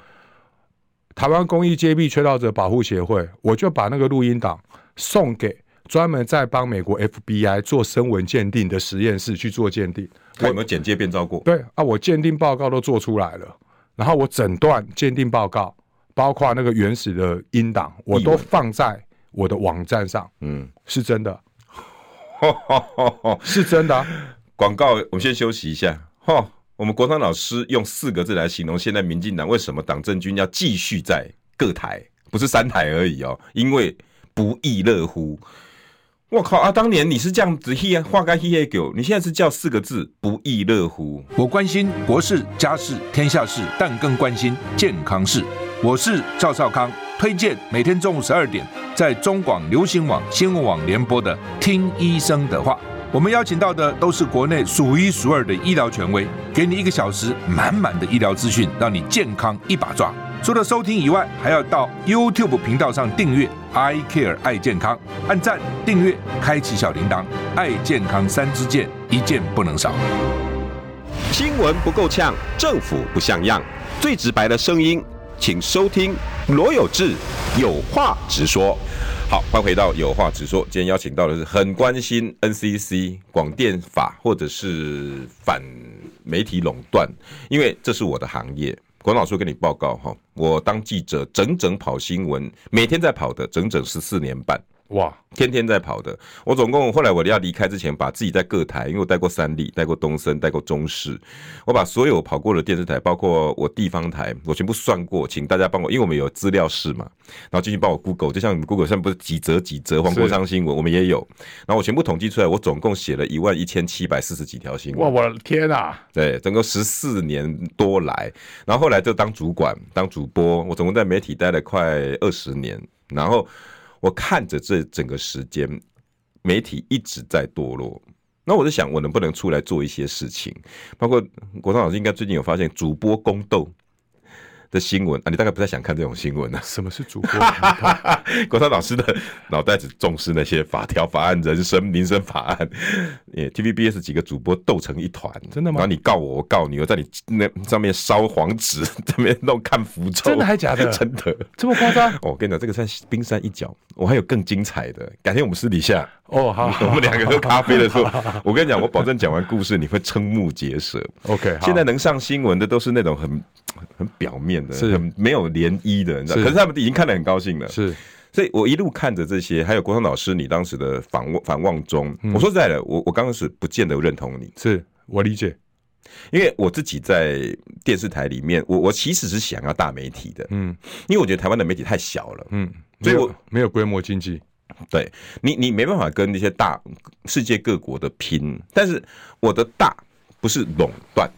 B: 台湾公益揭弊缺盗者保护协会，我就把那个录音档送给专门在帮美国 FBI 做声纹鉴定的实验室去做鉴定。
A: 他有没有简介变造过？
B: 对啊，我鉴定报告都做出来了，然后我诊断鉴定报告，包括那个原始的音档，我
A: 译
B: 都
A: 文
B: 放在我的网站上，
A: 嗯，
B: 是真的，是真的啊、
A: 广告，我们先休息一下。哈，我们国昌老师用四个字来形容现在民进党为什么党政军要继续在各台，不是三台而已哦，因为不亦乐乎。我靠啊！当年你是这样子嘿画该嘿嘿狗，你现在是叫四个字不亦乐乎。
F: 我关心国事、家事、天下事，但更关心健康事。我是赵少康，推荐每天中午十二点在中广流行网、新闻网联播的《听医生的话》。我们邀请到的都是国内数一数二的医疗权威，给你一个小时满满的医疗资讯，让你健康一把抓。除了收听以外，还要到 YouTube 频道上订阅 “I Care 爱健康”，按赞、订阅、开启小铃铛，爱健康三支箭，一件不能少。
E: 新闻不够呛，政府不像样，最直白的声音，请收听罗有志有话直说。
A: 好，欢迎回到有话直说。今天邀请到的是很关心 NCC 广电法或者是反媒体垄断，因为这是我的行业。管老师跟你报告哈，我当记者整整跑新闻，每天在跑的整整十四年半。
B: 哇，
A: 天天在跑的。我总共后来我要离开之前，把自己在各台，因为我待过三立、待过东森、待过中视，我把所有跑过的电视台，包括我地方台，我全部算过，请大家帮我，因为我们有资料室嘛，然后进去帮我 Google，就像你们 Google 上不是几折几折黄国昌新闻，我们也有，然后我全部统计出来，我总共写了一万一千七百四十几条新闻
B: 哇，。我的天啊！
A: 对，整个十四年多来，然后后来就当主管、当主播，我总共在媒体待了快二十年。然后我看着这整个时间，媒体一直在堕落。那我就想，我能不能出来做一些事情？包括国昌老师应该最近有发现主播宫斗的新闻啊，你大概不太想看这种新闻啊。
B: 什么是主播？
A: 国昌老师的脑袋只重视那些法条、法案、人生、民生法案。 也 TVBS 几个主播斗成一团，
B: 真的吗
A: 然后你告我，我告你，我在你那上面烧黄纸， 在那边弄看符咒，
B: 真的还假的
A: 真的。
B: 这么夸张？
A: 哦我跟你讲，这个算是冰山一角，我还有更精彩的。改天我们私底 下，
B: 哦，好，
A: 我们两个喝咖啡的时候，我跟你讲，我保证讲完故事你会瞠目结舌。
B: OK，好
A: 现在能上新闻的都是那种很很表面的，
B: 是
A: 很没有涟漪的，你知道？
B: 是
A: 可是他们已经看得很高兴了。
B: 是
A: 所以我一路看着这些，还有国昌老师你当时的访问访望中，我说实在的，我我刚开始不见得认同你，
B: 是，我理解，
A: 因为我自己在电视台里面，我我其实是想要大媒体的，
B: 嗯
A: 因为我觉得台湾的媒体太小了，
B: 嗯，
A: 所以
B: 没有
A: 我
B: 没有规模经济，
A: 对你你没办法跟那些大世界各国的拼，但是我的大不是垄断，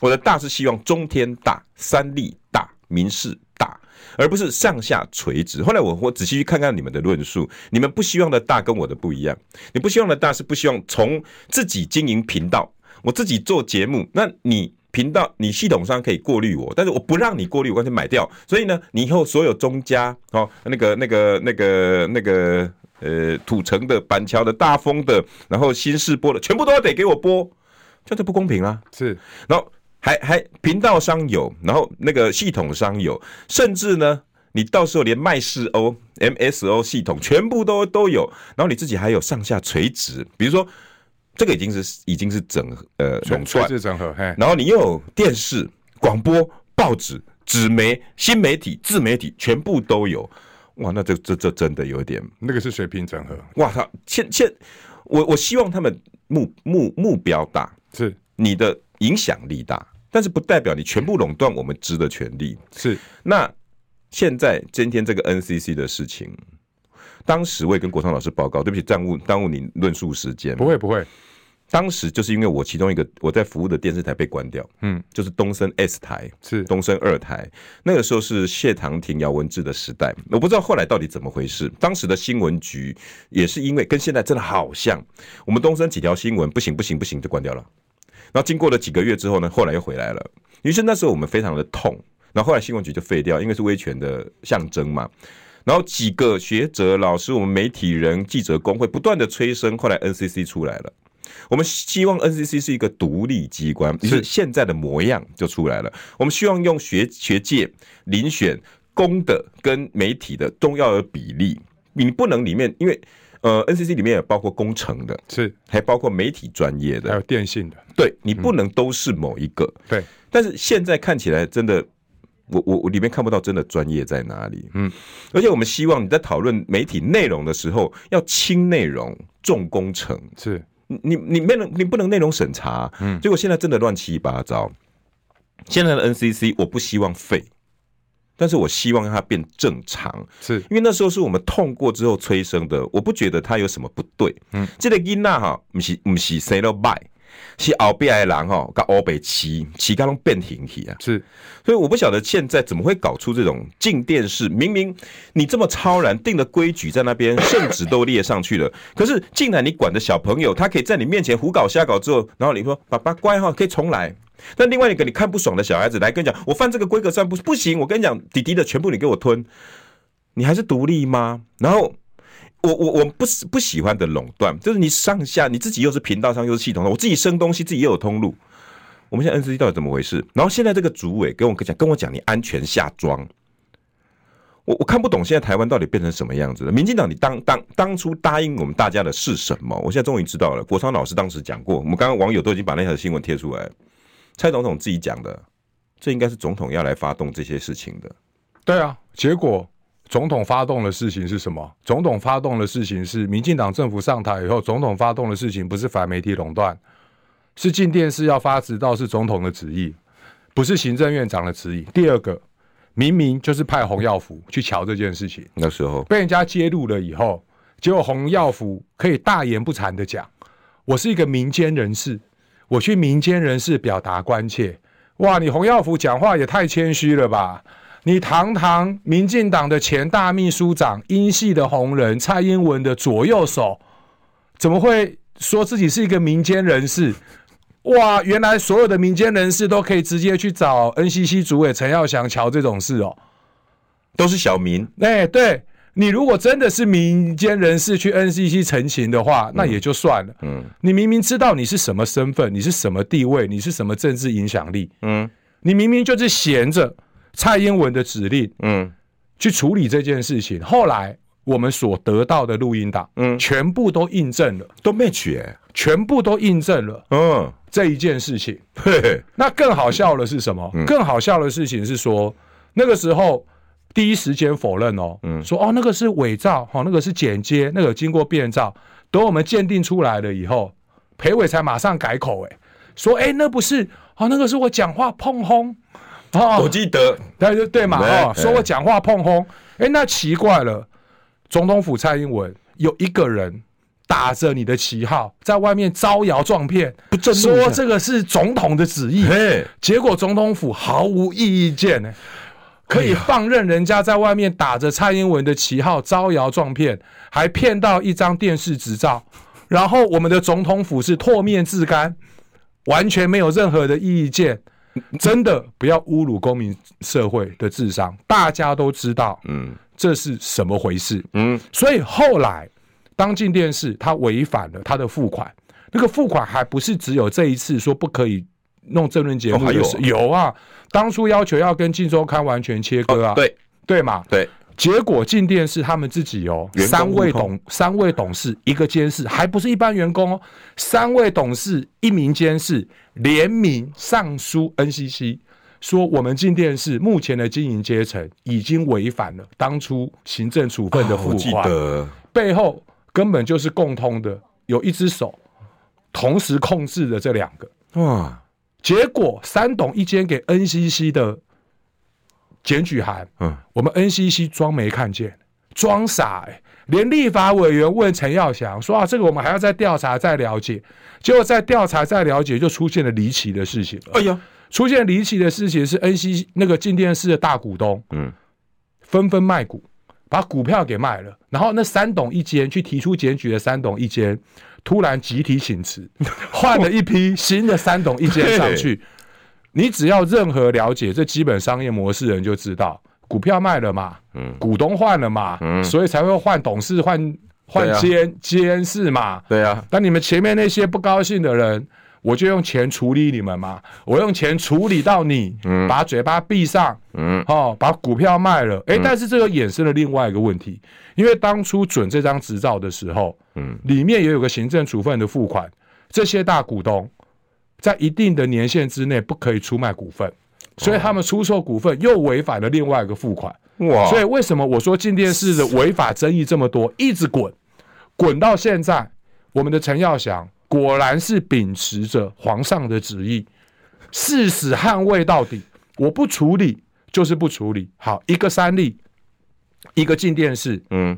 A: 我的大是希望中天大、三立大、民视大，而不是上下垂直。后来我我仔细去看看你们的论述，你们不希望的大跟我的不一样，你不希望的大是不希望从自己经营频道，我自己做节目，那你。频道，你系统上可以过滤我，但是我不让你过滤，我干脆买掉。所以呢，你以后所有中家哦，那个、那个、那个、那个，呃，土城的、板桥的、大丰的，然后新市播的，全部都要得给我播，这样就不公平啦、
B: 是
A: 然后还还频道商有，然后那个系统商有，甚至呢，你到时候连麦氏欧、MSO 系统全部都都有，然后你自己还有上下垂直，比如说这个已经是已经是整合呃
B: 垂
A: 垄
B: 垂
A: 断，
B: 直整合，嘿，
A: 然后你又有电视、广播、报纸、纸媒、新媒体、自媒体，全部都有。哇，那这这这真的有点
B: 那个是水平整合，
A: 哇操！现现我我希望他们目目目标大，
B: 是
A: 你的影响力大，但是不代表你全部垄断我们知的权利。
B: 是
A: 那现在今天这个 NCC 的事情，当时我也跟国昌老师报告，对不起，耽误耽误你论述时间。
B: 不会不会，
A: 当时就是因为我其中一个我在服务的电视台被关掉，
B: 嗯，
A: 就是东森 S 台。
B: 是
A: 东升二台，那个时候是谢长廷、姚文智的时代，我不知道后来到底怎么回事。当时的新闻局也是因为跟现在真的好像，我们东升几条新闻不行不行不行就关掉了，然后经过了几个月之后呢，后来又回来了。于是那时候我们非常的痛，然后后来新闻局就废掉，因为是威权的象征嘛。然后几个学者、老师、我们媒体人、记者工会不断的催生，后来 NCC 出来了。我们希望 NCC 是一个独立机关，于是现在的模样就出来了。我们希望用学学界遴选公的跟媒体的重要的比例，你不能里面因为呃 NCC 里面也包括工程的，
B: 是，
A: 还包括媒体专业
B: 还
A: 的，
B: 有电信的，
A: 对你不能都是某一个。
B: 对，
A: 但是现在看起来真的。我我我里面看不到真的专业在哪里，
B: 嗯，
A: 而且我们希望你在讨论媒体内容的时候，要轻内容重工程，
B: 是
A: 你你你没能你不能内容审查，嗯，结果现在真的乱七八糟。现在的 NCC 我不希望废，但是我希望让它变正常，
B: 是
A: 因为那时候是我们痛过之后催生的，我不觉得它有什么不对。
B: 嗯，
A: 这个囡仔哈，不是不是生了败，是后边的人哈，跟欧北骑骑到拢变形去啊。
B: 是
A: 所以我不晓得现在怎么会搞出这种进电视，明明你这么超然定的规矩在那边，圣旨都列上去了，可是竟然你管的小朋友，他可以在你面前胡搞瞎搞之后，然后你说爸爸乖哈、可以重来。但另外一个你看不爽的小孩子来跟你讲，我犯这个规格算不不行，我跟你讲，弟弟的全部你给我吞，你还是独立吗？然后。我我我不喜不喜欢的垄断，就是你上下你自己又是频道上又是系统上，我自己生东西自己也有通路，我们现在 NCC 到底怎么回事？然后现在这个主委跟我讲，跟我讲你安全下庄，我我看不懂现在台湾到底变成什么样子了。民进党，你当当当初答应我们大家的是什么？我现在终于知道了。国昌老师当时讲过，我们刚刚网友都已经把那条新闻贴出来，蔡总统自己讲的，这应该是总统要来发动这些事情的。
B: 对啊，结果总统发动的事情是什么？总统发动的事情是民进党政府上台以后，总统发动的事情不是反媒体垄断，是进电视要发迟到是总统的旨意，不是行政院长的旨意。第二个，明明就是派洪耀福去瞧这件事情，
A: 那时候
B: 被人家揭露了以后，结果洪耀福可以大言不惭的讲：“我是一个民间人士，我去民间人士表达关切。”哇，你洪耀福讲话也太谦虚了吧！你堂堂民进党的前大秘书长、英系的红人、蔡英文的左右手，怎么会说自己是一个民间人士？哇，原来所有的民间人士都可以直接去找 NCC 主委陈耀祥瞧这种事哦。
A: 都是小民，
B: 哎、对你如果真的是民间人士去 NCC 陈情的话，那也就算了。
A: 嗯
B: 你明明知道你是什么身份，你是什么地位，你是什么政治影响力，
A: 嗯
B: 你明明就是闲着蔡英文的指令
A: 嗯
B: 去处理这件事情。后来我们所得到的录音档，
A: 嗯
B: 全部都印证了，
A: 都 match 耶、
B: 全部都印证了
A: 嗯，
B: 这一件事情。
A: 嘿嘿，
B: 那更好笑的是什么？
A: 嗯
B: 更好笑的事情是说，那个时候第一时间否认哦，
A: 嗯
B: 说哦那个是伪造，哦那个是剪接，那个有经过变造。等我们鉴定出来了以后，裴伟才马上改口，哎，说哎那不是，哦那个是我讲话碰轰，
A: 我
B: 哦，
A: 记得，
B: 对对对嘛，
A: 哎
B: 哦，说我讲话碰轰，哎那奇怪了，总统府蔡英文有一个人。打着你的旗号，在外面招摇撞骗，不
A: 正路
B: 说这个是总统的旨意，
A: 嘿，
B: 结果总统府毫无异议
A: 哎
B: 见呢、可以放任人家在外面打着蔡英文的旗号招摇撞骗，还骗到一张电视执照，然后我们的总统府是唾面自干，完全没有任何的意见。
A: 嗯
B: 真的不要侮辱公民社会的智商，大家都知道，
A: 嗯
B: 这是什么回事？
A: 嗯，
B: 所以后来当进电视，他违反了他的付款，那个付款还不是只有这一次说不可以弄政论节
A: 哦
B: 目
A: 还有
B: 的
A: 啊
B: 事、有啊，当初要求要跟《金周刊》完全切割啊，
A: 哦对
B: 对嘛，
A: 对，
B: 结果进电视他们自己哦，
A: 员工
B: 三位
A: 互通
B: 董三位董事一个监事，还不是一般员工哦，三位董事一名监事联名上书 NCC，说我们进电视目前的经营阶层已经违反了当初行政处分的
A: 哦我
B: 付
A: 记
B: 款，
A: 得，
B: 背后根本就是共通的，有一只手同时控制了这两个。
A: 哇，
B: 结果三董一间给 NCC 的检举函，
A: 嗯，
B: 我们 NCC 装没看见，装傻、欸，连立法委员问陈耀祥说啊，这个我们还要再调查再了解，结果再调查再了解就出现了离奇的事情了。
A: 哎呀，
B: 出现离奇的事情是 NC 那个进电视的大股东，
A: 嗯，
B: 纷纷卖股，把股票给卖了。然后那三董一间去提出检举的三董一间，突然集体 请辞，换了一批新的三董一间上去。你只要任何了解这基本商业模式的人就知道，股票卖了嘛，
A: 嗯
B: 股东换了嘛，
A: 嗯
B: 所以才会换董事、换换
A: 对啊
B: 监监事嘛，
A: 对啊，
B: 那你们前面那些不高兴的人，我就用钱处理你们嘛，我用钱处理到你，把嘴巴闭上，
A: 嗯，
B: 哦，把股票卖了。诶，但是这个衍生了另外一个问题，因为当初准这张执照的时候，
A: 嗯，
B: 里面也有个行政处分的付款，这些大股东在一定的年限之内不可以出卖股份。所以
A: 哦
B: 他们出售股份又违反了另外一个付款，
A: 哇，
B: 所以为什么我说进电视的违法争议这么多，一直滚，滚到现在，我们的陈耀祥果然是秉持着皇上的旨意，誓死捍卫到底。我不处理就是不处理。好，一个三例，一个进电视
A: 嗯，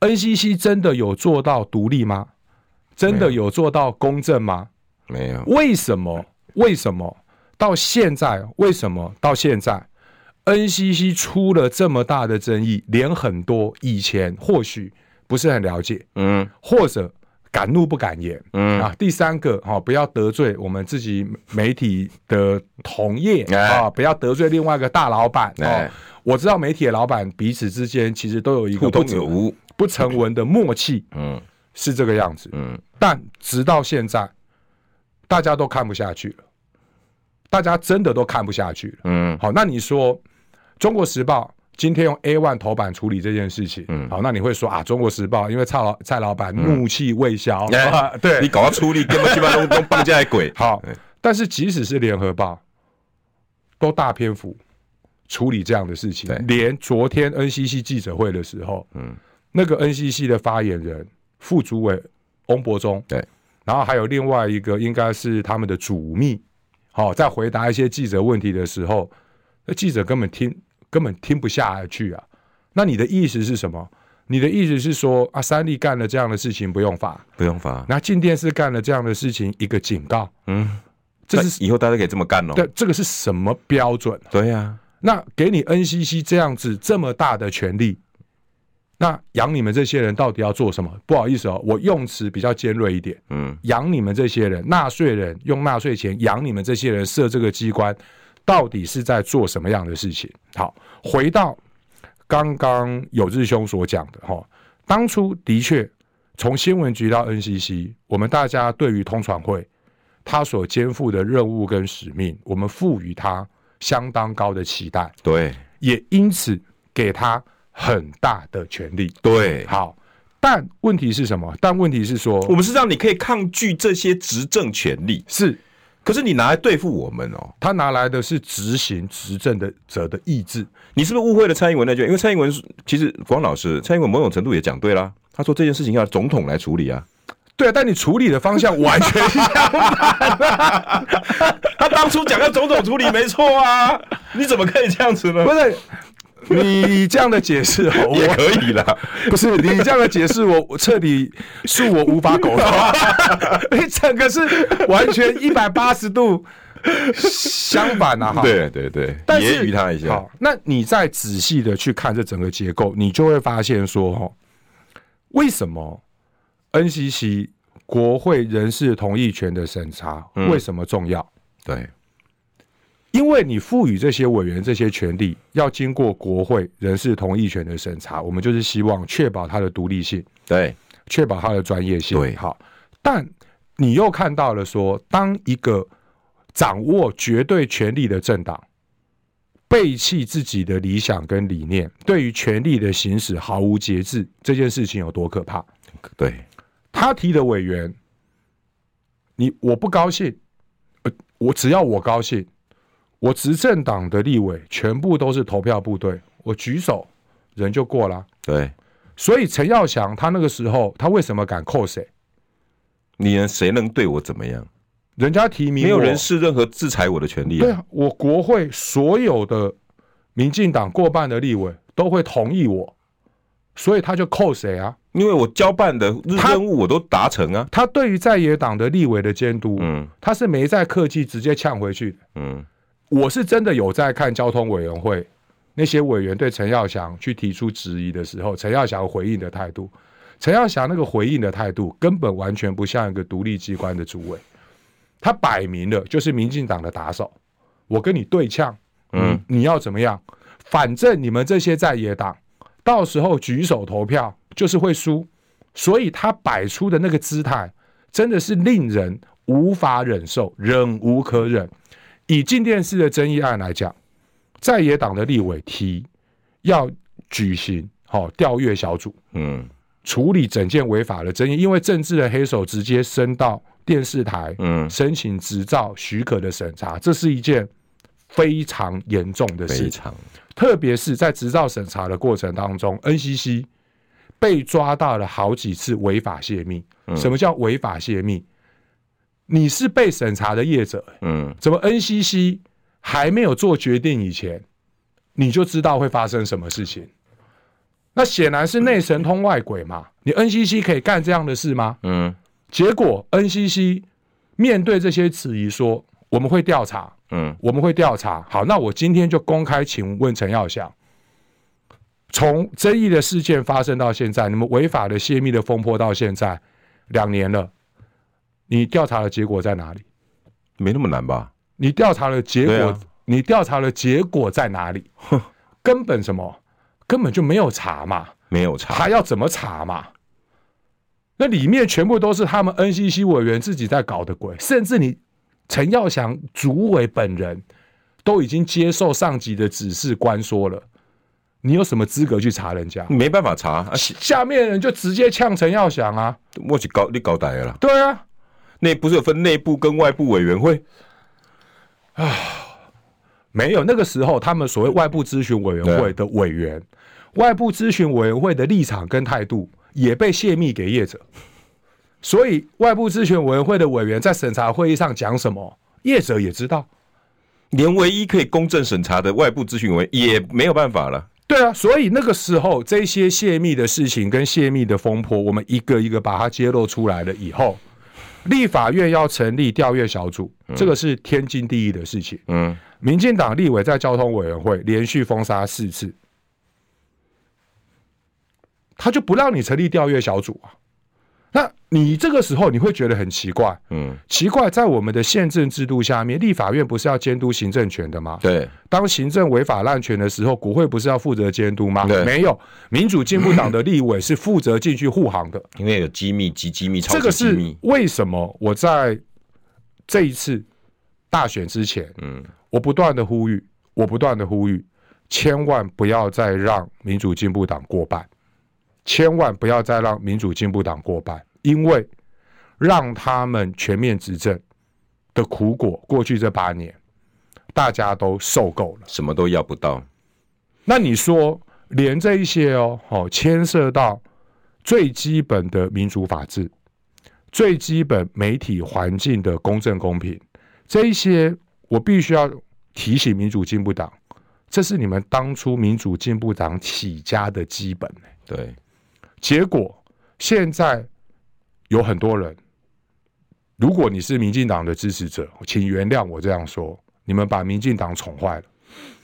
B: ，NCC 真的有做到独立吗？真的
A: 没
B: 有做到公正吗？
A: 没有，
B: 为什么？为什么到现在？为什么到现在？NCC 出了这么大的争议，连很多以前或许不是很了解，
A: 嗯
B: 或者敢怒不敢言。
A: 嗯，
B: 啊，第三个哈、不要得罪我们自己媒体的同业
A: 哎
B: 啊，不要得罪另外一个大老板
A: 哎
B: 哦。我知道媒体的老板彼此之间其实都有一个
A: 互
B: 不
A: 通有
B: 成
A: 无，
B: 不成文的默契，
A: 嗯
B: 是这个样子。
A: 嗯，
B: 但直到现在，大家都看不下去了，大家真的都看不下去了。
A: 嗯
B: 好，那你说《中国时报》今天用 A one 头版处理这件事情，
A: 嗯
B: 好，那你会说啊，《中国时报》因为蔡老蔡老板怒气未消，
A: 哎
B: 啊 对，
A: 你搞到出力，根本鸡巴弄弄放下的鬼，
B: 好
A: 对，
B: 但是即使是联合报，都大篇幅处理这样的事情
A: 对，
B: 连昨天 NCC 记者会的时候，
A: 嗯，
B: 那个 NCC 的发言人、副主委翁伯忠，
A: 对，
B: 然后还有另外一个应该是他们的主秘，好、在回答一些记者问题的时候，那记者根本听根本听不下去啊。那你的意思是什么？你的意思是说啊，三立干了这样的事情不用罚，
A: 不用罚，
B: 那进电视干了这样的事情一个警告，
A: 嗯，
B: 这是
A: 那以后大家可以这么干喽，哦
B: 对，这个是什么标准？
A: 对啊呀，
B: 那给你 NCC 这样子这么大的权利，那养你们这些人到底要做什么？不好意思哦，我用词比较尖锐一点，
A: 嗯
B: 养你们这些人，纳税人用纳税钱养你们这些人设这个机关，到底是在做什么样的事情？好，回到刚刚有志兄所讲的哈，当初的确从新闻局到 NCC，我们大家对于通传会他所肩负的任务跟使命，我们赋予他相当高的期待，
A: 对
B: 也因此给他很大的权利。
A: 对，
B: 好，但问题是什么？但问题是说，
A: 我们是让你可以抗拒这些执政权利，
B: 是
A: 可是你拿来对付我们哦，
B: 他拿来的是执行执政的者的意志，
A: 你是不是误会了蔡英文那句？因为蔡英文是其实黄老师，蔡英文某种程度也讲对啦，他说这件事情要总统来处理啊，
B: 对啊，但你处理的方向完全一样。
A: 他当初讲要总统处理没错 啊，你怎么可以这样子呢
B: 不？是你这样的解释哦，
A: 也
B: 我
A: 可以啦，
B: 不是你这样的解释我，我彻底恕我无法苟同。 你整个是完全一百八十度相反啊！哈，
A: 对对对，
B: 但
A: 揶
B: 是
A: 揄他一下
B: 好，，那你再仔细的去看这整个结构，你就会发现说，哦，为什么 NCC 国会人事同意权的审查
A: 嗯
B: 为什么重要？
A: 对，
B: 因为你赋予这些委员这些权利，要经过国会人事同意权的审查，我们就是希望确保它的独立性，
A: 对，
B: 确保它的专业性。
A: 对
B: 好，但你又看到了说，当一个掌握绝对权力的政党背弃自己的理想跟理念，对于权力的行使毫无节制，这件事情有多可怕？
A: 对，
B: 他提的委员，你我不高兴，呃，我只要我高兴，我执政党的立委全部都是投票部队，我举手人就过了。
A: 对，
B: 所以陈耀祥他那个时候，他为什么敢扣谁？
A: 你能谁能对我怎么样？
B: 人家提名
A: 没有
B: 我
A: 人是任何制裁我的权利、
B: 对啊，我国会所有的民进党过半的立委都会同意我，所以他就扣谁啊？
A: 因为我交办的任务我都达成啊。
B: 他对于在野党的立委的监督，
A: 嗯
B: 他是没在客气，直接呛回去。
A: 嗯
B: 我是真的有在看交通委员会那些委员对陈耀祥去提出质疑的时候，陈耀祥回应的态度，陈耀祥那个回应的态度根本完全不像一个独立机关的主委，他摆明了就是民进党的打手。我跟你对呛，
A: 嗯
B: 嗯，你要怎么样？反正你们这些在野党，到时候举手投票就是会输，所以他摆出的那个姿态真的是令人无法忍受，忍无可忍。以进电视的争议案来讲，在野党的立委提要举行好、调阅小组，
A: 嗯
B: 处理整件违法的争议，因为政治的黑手直接伸到电视台
A: 嗯，
B: 申请执照许可的审查，这是一件非常严重的事
A: 非
B: 情。
A: 常
B: 特别是在执照审查的过程当中，NCC 被抓到了好几次违法泄密。
A: 嗯
B: 什么叫违法泄密？你是被审查的业者，
A: 嗯
B: 怎么 NCC 还没有做决定以前，你就知道会发生什么事情？那显然是内神通外鬼嘛！你 NCC 可以干这样的事吗？
A: 嗯
B: 结果 NCC 面对这些质疑说，我们会调查，
A: 嗯
B: 我们会调查。好，那我今天就公开请问陈耀祥，从争议的事件发生到现在，你们违法的泄密的风波到现在两年了，你调查的结果在哪里？
A: 没那么难吧？
B: 你调查的结
A: 对
B: 果，
A: 啊
B: 你调查的结果在哪里？根本什么？根本就没有查嘛，
A: 没有差，
B: 还要怎么查嘛？那里面全部都是他们 NCC 委员自己在搞的鬼，甚至你陈耀祥主委本人都已经接受上级的指示关说了，你有什么资格去查人家？
A: 没办法查啊！是
B: 下面人就直接呛陈耀祥啊，
A: 我去搞你搞歹了啦，
B: 对啊，
A: 内不是有分内部跟外部委员会？
B: 没有，那个时候他们所谓外部咨询委员会的委员，外部咨询委员会的立场跟态度也被泄密给业者，所以外部咨询委员会的委员在审查会议上讲什么，业者也知道。
A: 连唯一可以公正审查的外部咨询委员也没有办法了。
B: 对啊，所以那个时候这些泄密的事情跟泄密的风波，我们一个一个把它揭露出来了以后，立法院要成立调阅小组，这个是天经地义的事情。
A: 嗯
B: 民进党立委在交通委员会连续封杀四次，他就不让你成立调阅小组啊。那你这个时候你会觉得很奇怪，
A: 嗯，
B: 奇怪，在我们的宪政制度下面，立法院不是要监督行政权的吗？
A: 对，
B: 当行政违法滥权的时候，国会不是要负责监督吗
A: 对？
B: 没有，民主进步党的立委是负责进去护航的。
A: 因为有机密、极机密、 超
B: 这
A: 级
B: 个
A: 机
B: 是
A: 密。
B: 为什么我在这一次大选之前，
A: 嗯
B: 我不断的呼吁，我不断的呼吁，千万不要再让民主进步党过半，千万不要再让民主进步党过半，因为让他们全面执政的苦果，过去这八年大家都受够了。
A: 什么都要不到。
B: 那你说，连这一些哦，哦，牵涉到最基本的民主法治、最基本媒体环境的公正公平，这一些我必须要提醒民主进步党，这是你们当初民主进步党起家的基本。
A: 对，
B: 结果现在有很多人，如果你是民进党的支持者，请原谅我这样说，你们把民进党宠坏了。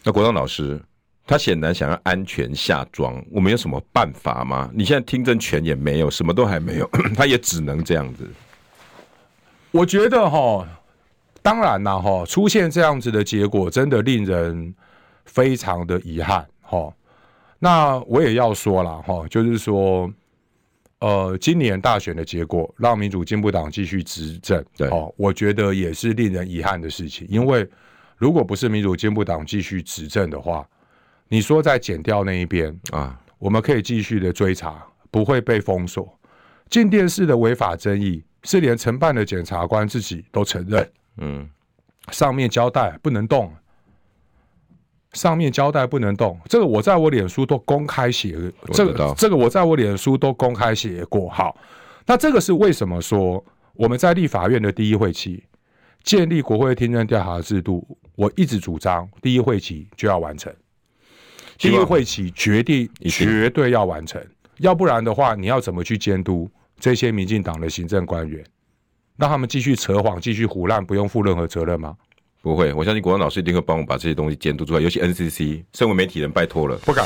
A: 那国栋老师，他显然想要安全下庄，我们有什么办法吗？你现在听证权也没有，什么都还没有， 他也只能这样子。
B: 我觉得哈，当然啦哈，出现这样子的结果，真的令人非常的遗憾哈。那我也要说了哈，就是说，呃，今年大选的结果让民主进步党继续执政，
A: 对
B: 哦，我觉得也是令人遗憾的事情，因为如果不是民主进步党继续执政的话，你说在减掉那一边，
A: 啊，
B: 我们可以继续的追查，不会被封锁。进电视的违法争议是连承办的检察官自己都承认，
A: 嗯，
B: 上面交代不能动，上面交代不能动。这个我在我脸书都公开写，这
A: 知道
B: 个这个我在我脸书都公开写过。好，那这个是为什么说我们在立法院的第一会期，建立国会听证调查制度，我一直主张第一会期就要完成，第
A: 希
B: 一
A: 望
B: 会期决定
A: 一定
B: 绝对要完成，要不然的话，你要怎么去监督这些民进党的行政官员？让他们继续扯谎、继续胡乱，不用负任何责任吗？
A: 不会，我相信国文老师一定会帮我把这些东西监督出来，尤其 NCC，身为媒体人，拜托了。
B: 不敢。